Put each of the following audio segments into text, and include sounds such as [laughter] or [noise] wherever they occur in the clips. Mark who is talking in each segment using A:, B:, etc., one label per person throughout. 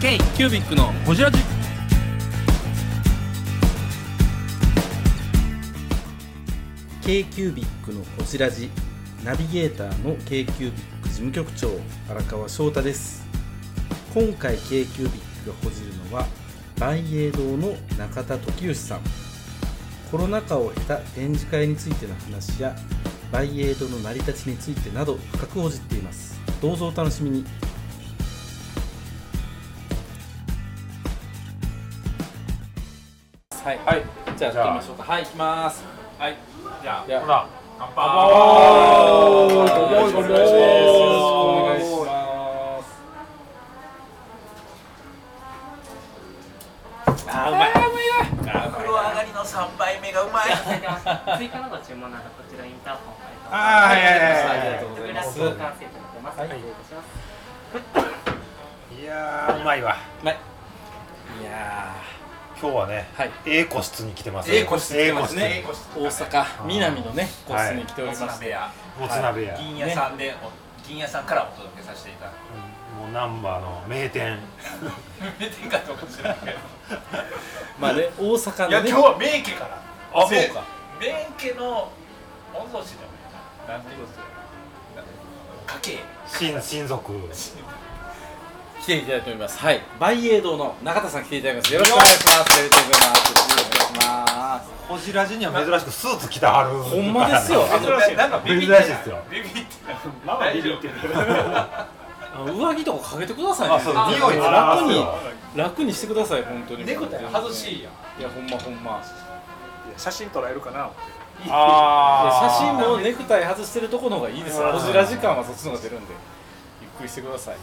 A: K キュービックのホジラジ
B: ー k q u b i c のほじらじナビゲーターの k q u b i c 事務局長荒川翔太です今回 k q u b i c がほじるのは万栄堂の中田時義さんコロナ禍を経た展示会についての話や万栄堂の成り立ちについてなど深くほじっていますどうぞお楽しみにはい、はい、じゃあ
C: じゃあ
B: 行きましょうかはい行きます
A: はいじゃあ
B: じゃあ
C: ほら、乾杯
B: よろしく
A: 乾杯
B: お願い
A: よろ
B: します。
A: しくお願いしあうまい
D: 風呂上がりの3杯目がうまい
E: 追加のご注文などこちらインターホンから
C: あー、はいはい
B: ありが
C: は
B: とうござい
E: 特
B: ま
E: 別
B: す。
E: 交換セットになってます。
B: はい
E: 失礼いたします。
C: いいやー、うまいわ
B: いや
C: 今日はね、
B: はい
C: A 個室に来てます
B: A 個室に来てますね
C: A 個室
B: ー、大阪南のね、個室に来ており
D: おつ
B: ま。
D: ますみや
C: もつ鍋屋、
D: 銀屋さんでお銀屋さんからお届けさせていただく
C: もうナンバーの名店
D: 出てかどうか知らんけど
B: まあね、大阪
C: いや
B: のね
C: 今日、は名家からあ、
B: そうか。
D: 弁家の御曹司だもんななんていうんですか家系
C: 親親族
B: 来ていただいております。はい、万栄堂の中田さん来ていただきます。よろしくお願いします。ありがとうございます。よろしくお願いします。
C: [laughs] こじらじには珍しくスーツ着てはる
B: ほんまです
C: [laughs]
B: よ。あの
D: 珍しいなんか
C: 珍しいですよ
D: ビビってない
C: ママビビってる
B: あの上着とかかけてくださいね。
C: あ、そう、
B: あ
C: 匂いつなが
B: 楽
C: る
B: に
C: よ
B: 楽にしてください本当に。
D: 猫って外しい
B: い
D: やん
B: やほんまほんま。
F: 写真撮られるかな
B: いや写真
C: あ
B: もネクタイ外してるとこの方がいいですよ。
C: うん
B: こじら時間はそっちの方が出るんで、ゆっくりしてください。
C: ー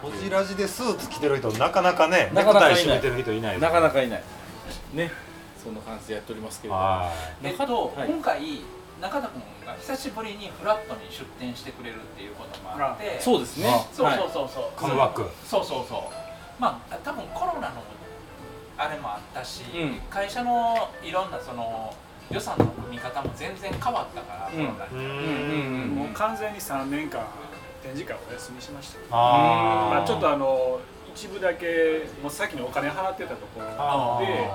C: こじらじでスーツ着てる人なかなかねネ
B: なか
C: ク
B: なか
C: タ
B: い
C: イ
B: ない
C: 締めてる人いない
B: なかなかいない。ね、そんな感じでやっておりますけれども。
C: は
D: えっと
B: はい
D: 今回中田君が久しぶりにフラットに出店してくれるっていうこともあって
B: そうですね。
C: あ
D: そうそう
B: は
D: そうそう
C: いカムバック
D: そうそうそうまあ多分コロナのあれもあったし、
B: うん
D: 会社のいろんなその予算の組み方も全然変わったから、
B: うん
D: コロナ
C: う
D: に
B: い。うん
C: ー
B: う
C: ん
B: んうん。
F: もう完全に3年間展示会お休みしましたよ
C: あー
F: まあ、ちょっとあの一部だけもう先にお金払ってたところ
C: あ
F: で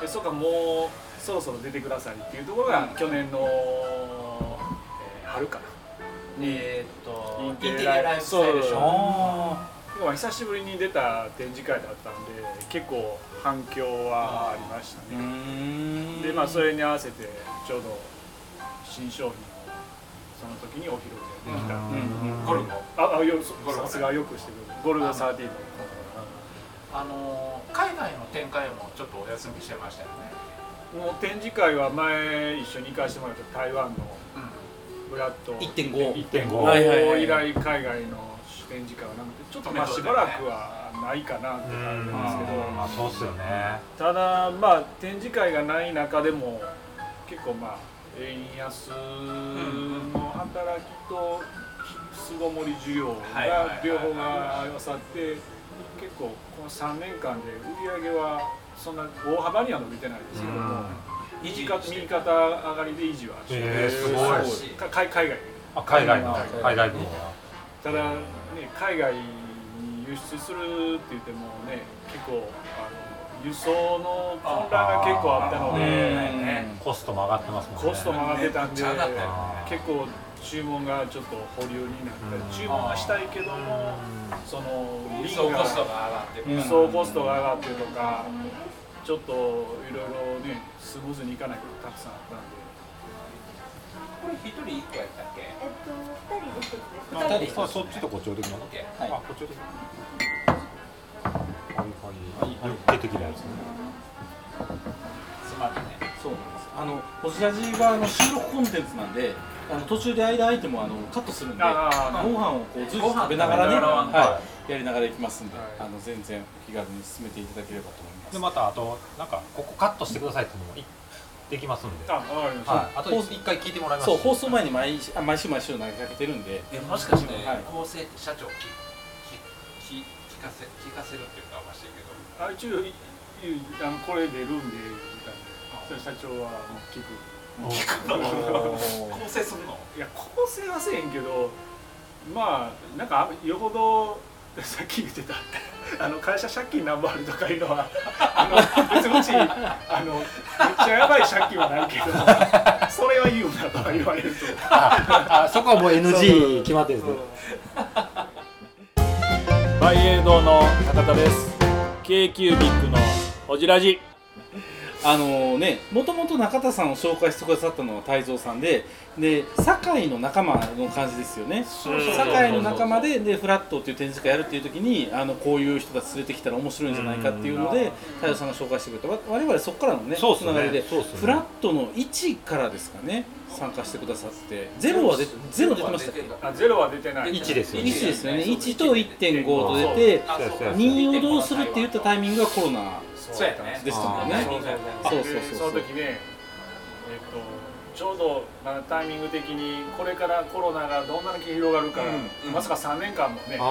F: でそうかもうそろそろ出てくださいっていうところが去年の、えー春かな
D: えーっと
F: イ
D: イ
F: ン
D: ン
F: テ
D: テ
F: リア
D: リアライフスタイルでし
F: そう
D: ょ
F: 要は久しぶりに出た展示会だったんで結構反響はありました
B: う
F: ね、
B: ーん
F: でまあそれに合わせてちょうど新商品をその時にお披露宴できたんで、
B: うん
D: ゴルゴ
F: ああよそ
D: ゴルゴ
F: さすがよくしてくれるゴルゴ13の
D: あのー海外の展開もちょっとお休みしてましたよね、
F: もう展示会は前一緒に行かせてもらった台湾のブラッド
B: 1.5
C: 1.5
B: はいはいはい
F: 以来海外の展示会はなくてちょっとまあしばらくはないかなって
C: う
F: 感
C: ん
F: じなんですけど
C: まあそうっすよね
F: ただまあ展示会がない中でも結構まあ円安の働きと巣ごもり需要
D: はいはいはいは
F: が
D: い
F: 両方が合わさって結構この3年間で売り上げはそんな大幅には伸びてないですけども右肩右肩上がりで維持はしてる
C: えーすごい
D: すごい
F: か海海外
C: あ海外の
B: うん
C: 海外部
F: ただね海外に輸出するって言ってもね結構あの輸送の混乱が結構あったの
C: あ
F: で
C: ー。
B: ね
C: コストも上がってますもんね
F: コストも上がってたんで
D: めっちゃ上がったよ
C: ね
F: 結構注文がちょっと保留になったり
C: うん
F: 注文はしたいけども
C: う
F: その
D: うん、輸
F: 便
D: 送
F: が
D: コストが上がって
B: うん
F: 輸送コストが上がってるとかちょっといろいろねスムーズにいかないことたくさんあったんで
D: これ一人一個やったっけ
G: えっと、二人で一つです。
B: 二
C: ん
B: 人
C: あそっちとこっちをできなかっ
D: オッケー
C: たあ
B: はい
C: こっちをできなかったはいはいはい出てきたやつね
D: つまりね
B: そうなんですあのホジラジはあの収録コンテンツなんであの途中で間空いてもあのカットするんでご
F: あ
B: 飯をこうずっと
D: ご飯
B: 食べながらね
D: 食べながら
B: はいやりながら行きますんで
F: はい
B: あの全然お気軽に進めていただければと思います
C: でまたあとなんかここカットしてくださいっていうのもいできますんで
F: ああわかりました、
C: はいあと一回聞いてもらいます
B: そう放送前に毎週毎週毎週投げかけてるんで
D: えもしかして
B: はい
D: 構成って社長ききき聞かせ聞かせるっていうかおかしいけど
F: あ一応いいあのこれ出るんでみたいなそれ社長は聞く
D: 構成するの
F: いや構成 [laughs] はせえへんけどまあなんかよほどさっき言ってた [laughs] あの会社借金何本あるとかいうのは [laughs] あの別にうちあのめっちゃやばい借金はないけど [laughs] それは言うなとは言われると
C: あそこはもう NG 決まってるんですね
A: バイエードの中田です。K キュービックのおじラジ。
B: あのね、もともと中田さんを紹介してくださったのは泰造さんで、で、堺の仲間の感じですよね。
A: うそうそうそう
B: 堺の仲間で、で、フラットっていう展示会やるっていう時に、あの、こういう人たち連れてきたら面白いんじゃないかっていうので、泰造さんが紹介してくれた。わ我々そこからのね、
C: そうっ
B: つ
C: すね
B: ながりで、
C: そうっすね
B: フラットの1からですかね、参加してくださって、ゼロはでゼロ出てましたっけ
F: あゼロは出てない
C: 1ですよね
B: ?1 ですよね。1と1.5と出て、
C: そうそうそう
B: 2をどうするって言ったタイミングがコロナ
D: そうやったね
B: でしたもん
C: あ
B: ね
C: ー。
B: そう
F: で
B: そうそうそう
F: の時ね、えっと、ちょうどまあタイミング的にこれからコロナがどんなに広がるから、
D: うん
F: まさか3年間もね
C: あ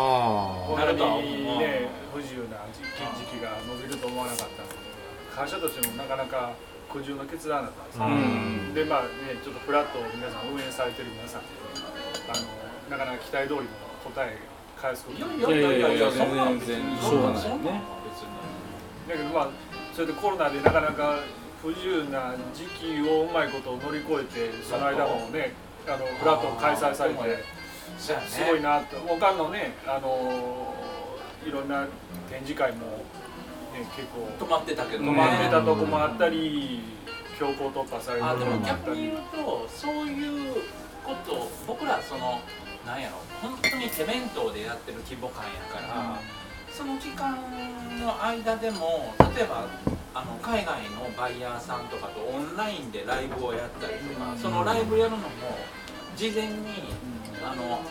F: こん
D: な
F: な
D: る
F: に
D: とは思う
F: ね不自由な時期が伸びると思わなかったので会社としてもなかなか苦渋の決断だったんです
C: あ
F: ね、
B: ん
F: でまあねちょっとフラット皆さん応援されてる皆さんあのなかなか期待通りの答えが返すことができない
B: いやいやいやいや全然しょうがないよね
F: だけどまあそれでコロナでなかなか不自由な時期をうまいことを乗り越えてその間もねあのフラットを開催されて
D: す
F: すごいなと他のねあのいろんな展示会も、ね、結
D: 止
F: 構
D: まってたけど
F: 止まってたとこもあったり強行突破される
D: あ
F: と
D: で
F: ころ
D: も
F: もあっ
D: 逆
F: た
D: に
F: り
D: 言うとそういうことを僕らそのなんやろ本当に手弁当でやってる規模感やから、その期間の間でも例えばあの海外のバイヤーさんとかとオンラインでライブをやったりとか、そのライブやるのも事前に、あの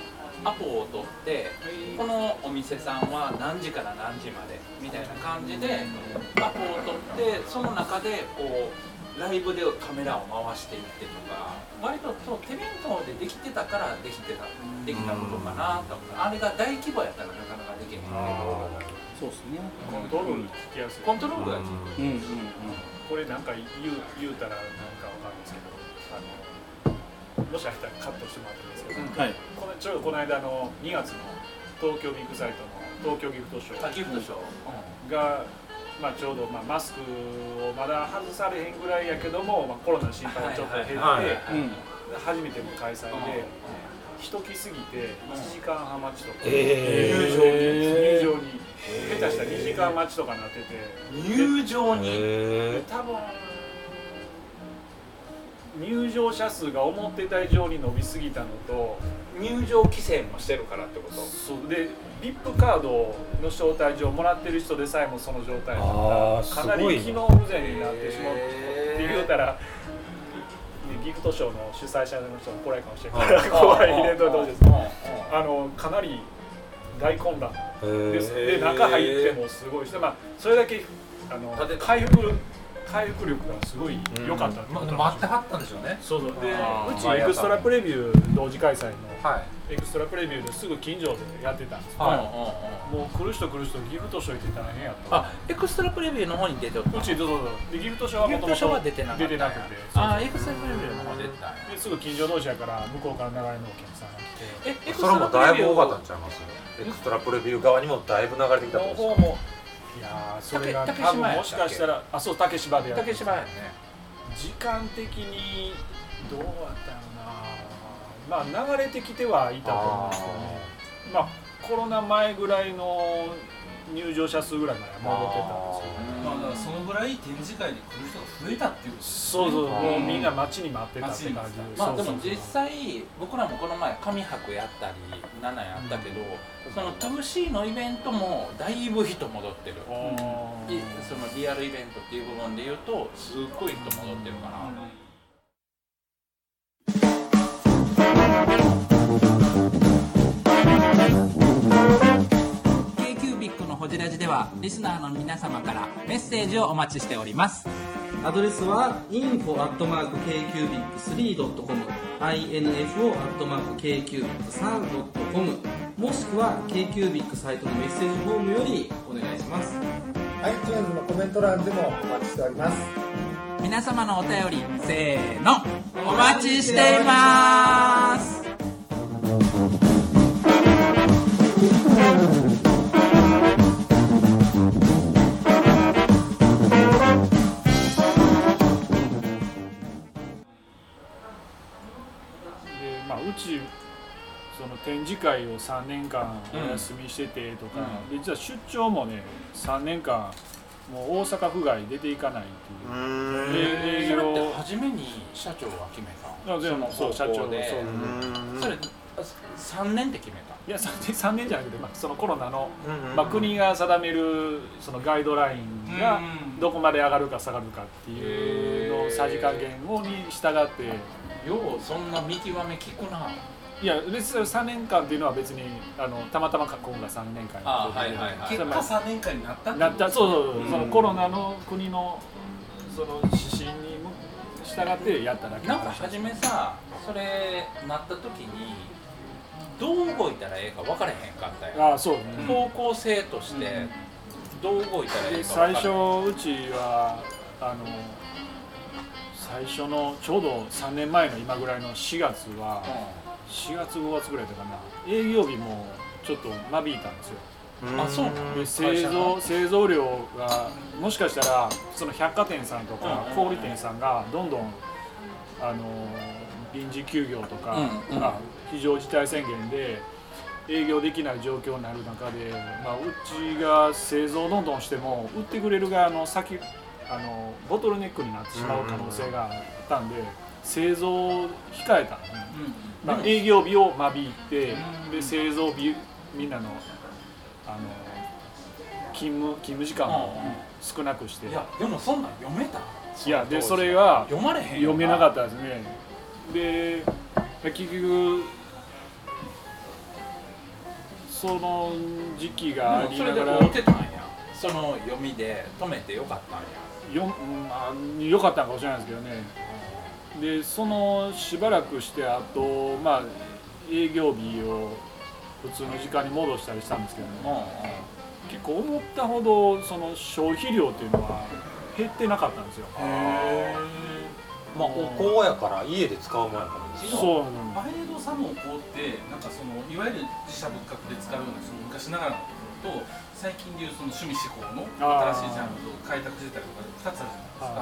D: アポを取ってこのお店さんは何時から何時までみたいな感じでアポを取ってその中でこうライブでカメラを回していってとか割とそう手弁当でできてたからできてたできたことかなと思ってあれが大規模やったらなかなかできへんけど
B: そうですね。
F: コントロールに聞きやすい
D: コントロールが効く
B: うんうん
F: これなんか言う言うたらなんかわかるんですけどあのもしあったらカットしてもらってもいいですけど、
B: うん。はい。
F: このちょうどこの間の2月の東京ビッグサイトの東京ギフトショ
D: あギフトショー、
F: ーが、まあ、ちょうど、まあ、マスクをまだ外されへんぐらいやけども、まあ、コロナの心配がちょっと減って、
C: はいはい
B: うん。
F: 初めての開催で、人来すぎて1時間半待ちとか、
C: え
F: 入場
B: えー
F: に入場に下手したら2時間待ちとかなってて
D: 入場に、
C: え
F: 多分入場者数が思ってた以上に伸びすぎたのと。
D: 入場規制もしてるからってこと
F: そうで VIP カードの招待状をもらってる人でさえもその状態だ
C: あー
F: ったからかなり
C: す
F: 機
C: ごいな
F: 能不全になってしまって言うたら、ねギフトショーの主催者の人も来ないかもしれないから怖いイベントはどうですあのかなり大混乱
C: ー
F: です、で中入ってもすごいし、まあ、それだけあの
D: だって
F: 回復回復力がすごい良かったってことなんですよ
A: はったんでしょうね。
F: そうそうで
D: あー
F: うちエクストラプレビュー同時開催の
A: は
F: エクストラプレビューですぐ近所でやってたんです
D: はい
F: もう来る人来る人ギフトショー行ってたら変やった
D: あエクストラプレビューの方に出ておった
F: うちどうぞどうぞでギフトショーは
D: ギ
F: も
D: フ
F: と
D: ト
F: も
D: ショーは
F: と
D: 出てなかった
F: 出てなくて
D: あエクストラプレビューの方出てた
F: ですぐ近所同士やから向こうから流れのお客さんが来
D: えエ
F: て
D: クスト
C: それ
D: ラ
C: も
D: プレ
C: だい
D: ビュ
C: ぶ
D: ー
C: 多かったんちゃいますエクストラプレビュー側にもだいぶ流れてきたと
F: の
C: 思うん
F: 方
C: です
F: もいやーそれが
D: 竹竹
F: 多
D: 島
F: 分
D: やったっ
F: も
D: け
F: しかしたらあそう竹芝でや
D: 竹島やね
F: 時間的にどうやったのかなまあ流れてきてはいたと思うんですけどねまあコロナ前ぐらいの入場者数ぐらいまで戻ってたんですけ
A: ま
F: ど
A: あだからそのぐらい展示会に来る人が増えたっていうことです
F: そうそう、もう
B: うん
F: みんな待ちに待ってたって感
A: 待ち
F: じ
A: に待って。
D: まあで
F: そう
D: も
F: そう
D: 実際僕らもこの前紙博やったり7やったけど、その 2C のイベントもだいぶ人戻ってる
F: あー
D: いそのリアルイベントっていう部分で言うとすっごい人戻ってるから、k q b i c のホジラジではリスナーの皆様からメッセージをお待ちしております
B: アドレスは info.kcubic3.com info.kcubic3.com もしくは KQBIC サイトのメッセージフォームよりお願いします
H: iTunes のコメント欄でもお待ちしております
D: 皆様のお便りせーのお待ちしています
F: まあ、うちその展示会を3年間お休みしててとか、
D: う
F: で実は出張もね3年間もう大阪府外出ていかないっていう、
D: そ
F: え
C: ん
D: れ
F: 営業
D: って初めに社長が決めた
F: あでもそう社長で
D: で
F: そう
D: それ3年で決めた
F: いや 3, 年3年じゃなくて、まあ、そのコロナの、
C: ま
F: まあ、国が定めるそのガイドラインがどこまで上がるか下がるかっていうのをさじ加減をに従って。
D: ようそんな見極め聞くない
F: や別に3年間っていうのは別にあのたまたま今が3年間
D: あはいはいはい
I: 結
F: そう
I: 果3年間になったってこと
F: なったそうそうそう、
C: うん
F: そのコロナの国のその指針に従ってやっただけ
D: なんか初めさそれなった時にどう動いたらええか分からへんかったよ
F: ああそうね、
D: 方向性としてどう動いたらええ
F: で
D: か分からへ
F: 最
D: ん
F: 初うちはあの最初のちょうど3年前の今ぐらいの4月は4月5月ぐらいだったかな営業日もちょっと間引いたんですよ
D: うんあそうなの
F: で
D: 会
F: 製
D: 社の
F: 造製造量がもしかしたらその百貨店さんとか
D: うん
F: 小売店さんがどんどんあのー臨時休業とか、
D: うんうん
F: まあ非常事態宣言で営業できない状況になる中で、まあ、うちが製造どんどんしても売ってくれる側の先あのボトルネックになってしまう可能性があったんで、製造を控えたんですね。まあ、営業日を間引いて、で製造日みんなのあの勤務勤務時間を少なくして、
D: いやでもそんなん読めた
F: いやでそれが
D: 読まれへん
F: 読めなか
D: っ
F: ったですねで結局その時期があり
D: そ
F: な
D: れで
F: が
D: こ
F: ら
D: う見てたんやその読みで止めてよかったんや
F: よ,、まあ、よかったんかもしれないですけどねでそのしばらくしてあとまあ営業日を普通の時間に戻したりしたんですけども、
D: うんうん
F: 結構思ったほどその消費量っていうのは減ってなかったんですよ
C: まあお香やから家で使うもんやからね
F: そう
I: パレードサムをこうってなんかそのいわゆる自社仏閣で使うようなその昔ながらのところと最近でいうその趣味嗜好の
F: あー
I: 新しいジャンルを開拓してたりとか2つあ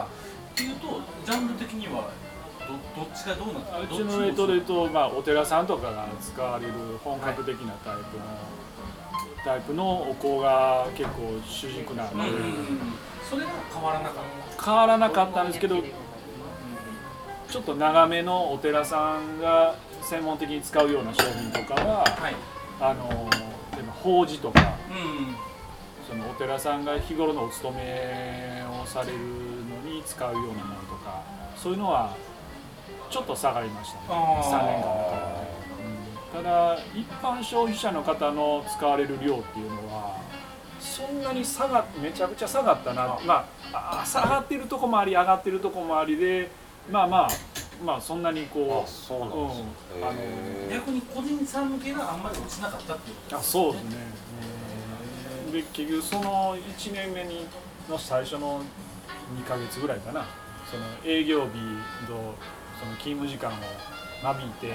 I: るじゃないですかっていうとジャンル的にはどどっちがどうなってる
F: うちのえとで
I: ど
F: 言
I: っ
F: うと、まあ、お寺さんとかが使われる本格的なタイプの、タイプのお香が結構主軸なん
I: ちも
F: で、
I: そううんうんうんそれが変わらなかった
F: 変わらなかったんですけどちょっと長めのお寺さんが専門的に使うような商品とかは、
I: はい
F: あのでも法事とか
I: うん
F: そのお寺さんが日頃のお勤めをされるのに使うようなものとかそういうのはちょっと下がりましたね
I: あー
F: 3年間の中で、うん、ただ一般消費者の方の使われる量っていうのはそんなに下がめちゃくちゃ下がったなまああ下がってるとこもあり上がってるとこもありでまあまあまあそんなにこ
C: あ
F: う
C: そうなんですね
F: うんあの
C: へー
I: 逆に個人さん向けがあんまり落ちなかったっていうこと
F: あそうですね、で結局その1年目にの最初の2ヶ月ぐらいかなその営業日とその勤務時間を間引いて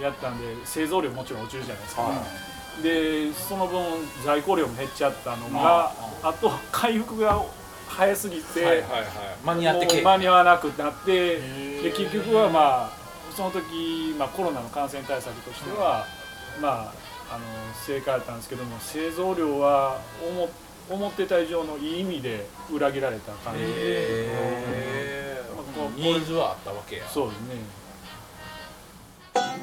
F: やったんで製造量もちろん落ちるじゃないですか、
C: は
F: でその分在庫量も減っちゃったのが
D: あ
F: あと回復が早すぎて、
D: はいはいはい間に合ってけ
F: もう間に合わなくなってで結局はまあその時、まあ、コロナの感染対策としては、まああの成果だったんですけども製造量は思思ってた以上のいい意味で裏切られた感じで、
D: へ
F: まあ
D: ー
F: こう
D: ニーズはあったわけや
F: そうですね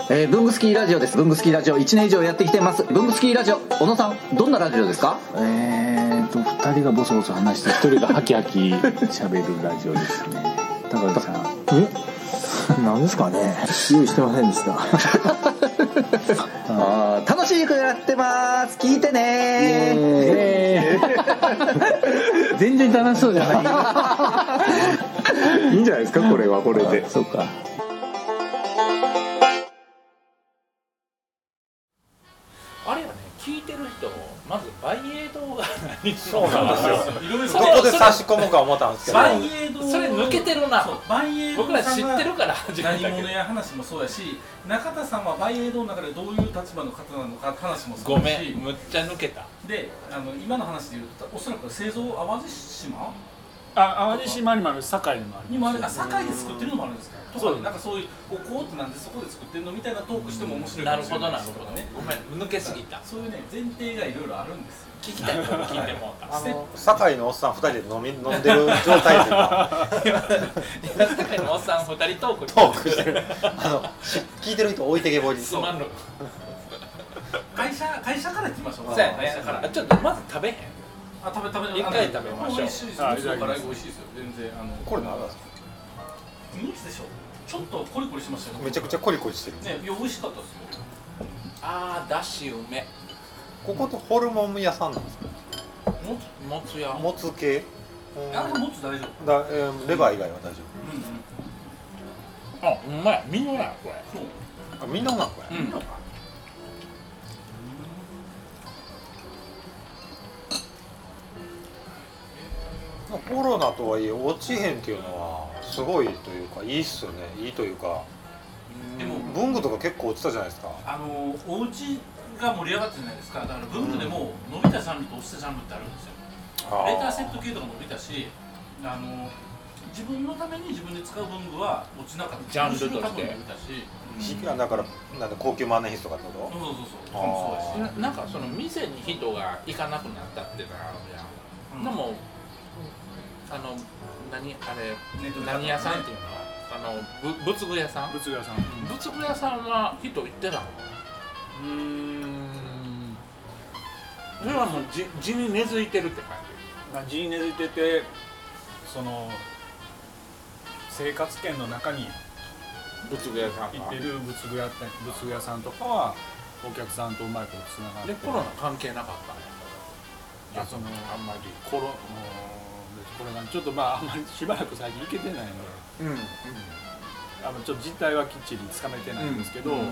J: えー、ブングスキーラジオです。ブングスキーラジオ1年以上やってきてます。ブングスキーラジオ、小野さん、どんなラジオですかえーと、2人がボソボソ話して、1人がハキハキ喋るラジオですね。高橋さん。えなんですかね用意してませんで [laughs] した。あー楽しい曲やってます。聞いてね [laughs] 全然楽しそうじゃ [laughs] ない。いいんじゃないですか、これはこれで。そうか。
D: あれやね聞いてる人まずバイエードが何
C: そうなんですよ
I: いろいろ
C: どこで差し込むか思ったんですけど
I: バイエード
D: それ抜けてるな
I: そうバイエード
D: 僕ら知ってるから始めたけ
I: 何
D: ど
I: 者や話もそうやし中田さんはバイエードの中でどういう立場の方なのかって話もそ
D: ご
I: うだ
D: め
I: し
D: んむっちゃ抜けた
I: であの今の話でいうとおそらく製造淡路島
F: あ淡路島にもある堺にもある
I: にもあるあ堺で作ってるのもあるんですかと
F: そう
I: かなんかそういうおこうってなんでそこで作ってるのみたいなトークしても面白い
D: な
I: か
D: る
I: もし
D: ほ
I: れ
D: ど
I: な
D: なる
I: いです
D: ほ
I: と
D: ど
I: かね
D: ごめん抜けすぎた
I: そういうね前提がいろいろあるんですよ
D: 聞きたいこと聞いてもう [laughs] た
I: ステップ
C: 堺のおっさん二人で飲み飲んでる状態で
D: 堺のおっさん二人トーク
C: トークしてるあのし聞いてる人置いてけぼり
D: すまんの
I: 会社会社から行きましょう
D: そう
I: か
D: やね
I: 会社から
D: ちょっとまず食べへん
I: あ食べ食べ
D: 一回食べましょう
I: 美味しいですよ
F: あ
I: 味噌辛い美味しいですよ全然あの
C: これ何なんですか
I: ミンチでしょちょっとコリコリしてましたよ
C: めちゃくちゃコリコリしてる
I: ねいや美味しかったですよ
D: ああだしうめ
C: こことホルモン屋さんなんですか
I: もつ
D: もつや
C: もつ系うん
I: あでももつ大丈夫
C: だ、えーレバー以外は大丈
I: うんうん
D: あうまいみのやこれ
I: そう
C: 夫あみんななんこれ、
D: うん
C: コロナとはいえ落ちへんっていうのはすごいというかいいっすよねいいというか
I: でも
C: 文具とか結構落ちたじゃないですか
I: あのお家が盛り上がったじゃないですかだから文具でも伸びたジャンルと落ちたジャンルってあるんですよレターセット系とか伸びたしあの自分のために自分で使う文具は落ちなかった
D: ジャンルとして
I: むろ多分伸びたし、うん
C: ひだからなんだ高級万年筆とかってこ
I: そうそうそうそう
C: あー
I: そうやし
D: ななんかその店に人が行かなくなったっていうのがあるじゃん、
I: うん
D: でもあの何あれ
I: ネットで買った
D: 何屋さんっていうのはあのぶ仏具屋さん
F: 仏具屋さん
D: 仏具屋さんは人行ってたの
F: うーん
D: それはもう地地に根付いてるって感
F: まあ地に根付いててその生活圏の中に
D: じ仏具屋さん
F: 行っ
D: が
F: てる仏具屋って仏具屋さんとかはお客さんとうまいことつながっ
D: で
F: て
D: コロナ関係なかったね
F: いやそのあんまりコロもうコロナちょっとまああんまりしばらく最近行けてないので
C: とうん
F: あのちょっと実態はきっちりつかめてないんですけど、
D: うんうん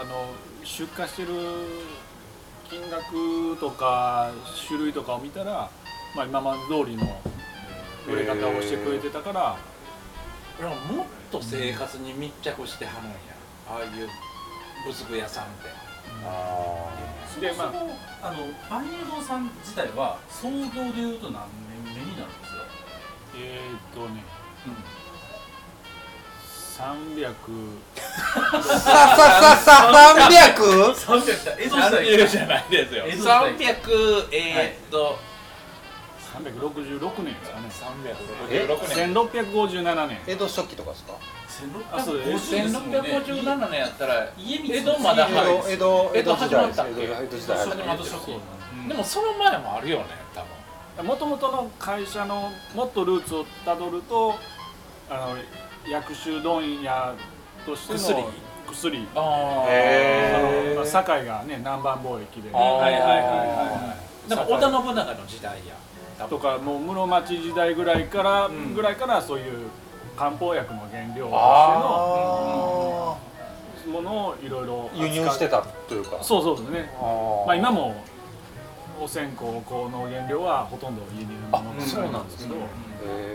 F: あの出荷してる金額とか種類とかを見たら、まあ、今まで通りの売れ方をしてくれてたから、
D: いやもっと生活に密着してはるんやああいう仏具屋さんって
F: で
I: そ
F: ま
I: もそもあの万有堂さん自体は創業でいうと何年目になるんですよ、
F: えーっとね
I: うん
F: 300 [laughs]
C: さささ三百
I: 三百だ。江戸時
D: 30
I: 代。
D: じゃないですよ
I: 江戸時代
D: 300えーっと、
F: 366年ですかね
D: 366年
F: 1657年
C: 江戸初期とかですか
I: 千六
F: あそう
I: 百五十年。
D: 1657年やったら
I: 家光
D: 江戸まだ
I: 家
C: 江
I: 光
D: はい
C: 戸江戸
D: 江
C: 江
D: 戸
C: 戸
D: 始
C: 時
D: ま
C: 代
D: っ
C: で
D: た
C: す
D: っけ
C: 江戸江戸時代
I: 初
C: 始
I: 期
C: ま
I: ま
C: っ
I: だ
C: て
I: 初期。
D: でもその前もあるよね多分
F: もともとの会社のもっとルーツをたどるとあの薬種問屋としての
D: 薬
F: 薬
D: あ
C: へ
F: あの堺がね南蛮貿易で
D: あーはいはいはい
F: は
D: でも織田信長の時代や多
F: と
D: 分
F: かもう室町時代ぐらいから、
I: ん
F: ぐらいからそういう漢方薬の原料として
C: あ
F: のものをいろいろ
C: ー輸入してたというか
F: そうそうですね
C: あ
F: まあ今もお線香香の原料はほとんど輸入のもの
C: あそうなんですね
F: けど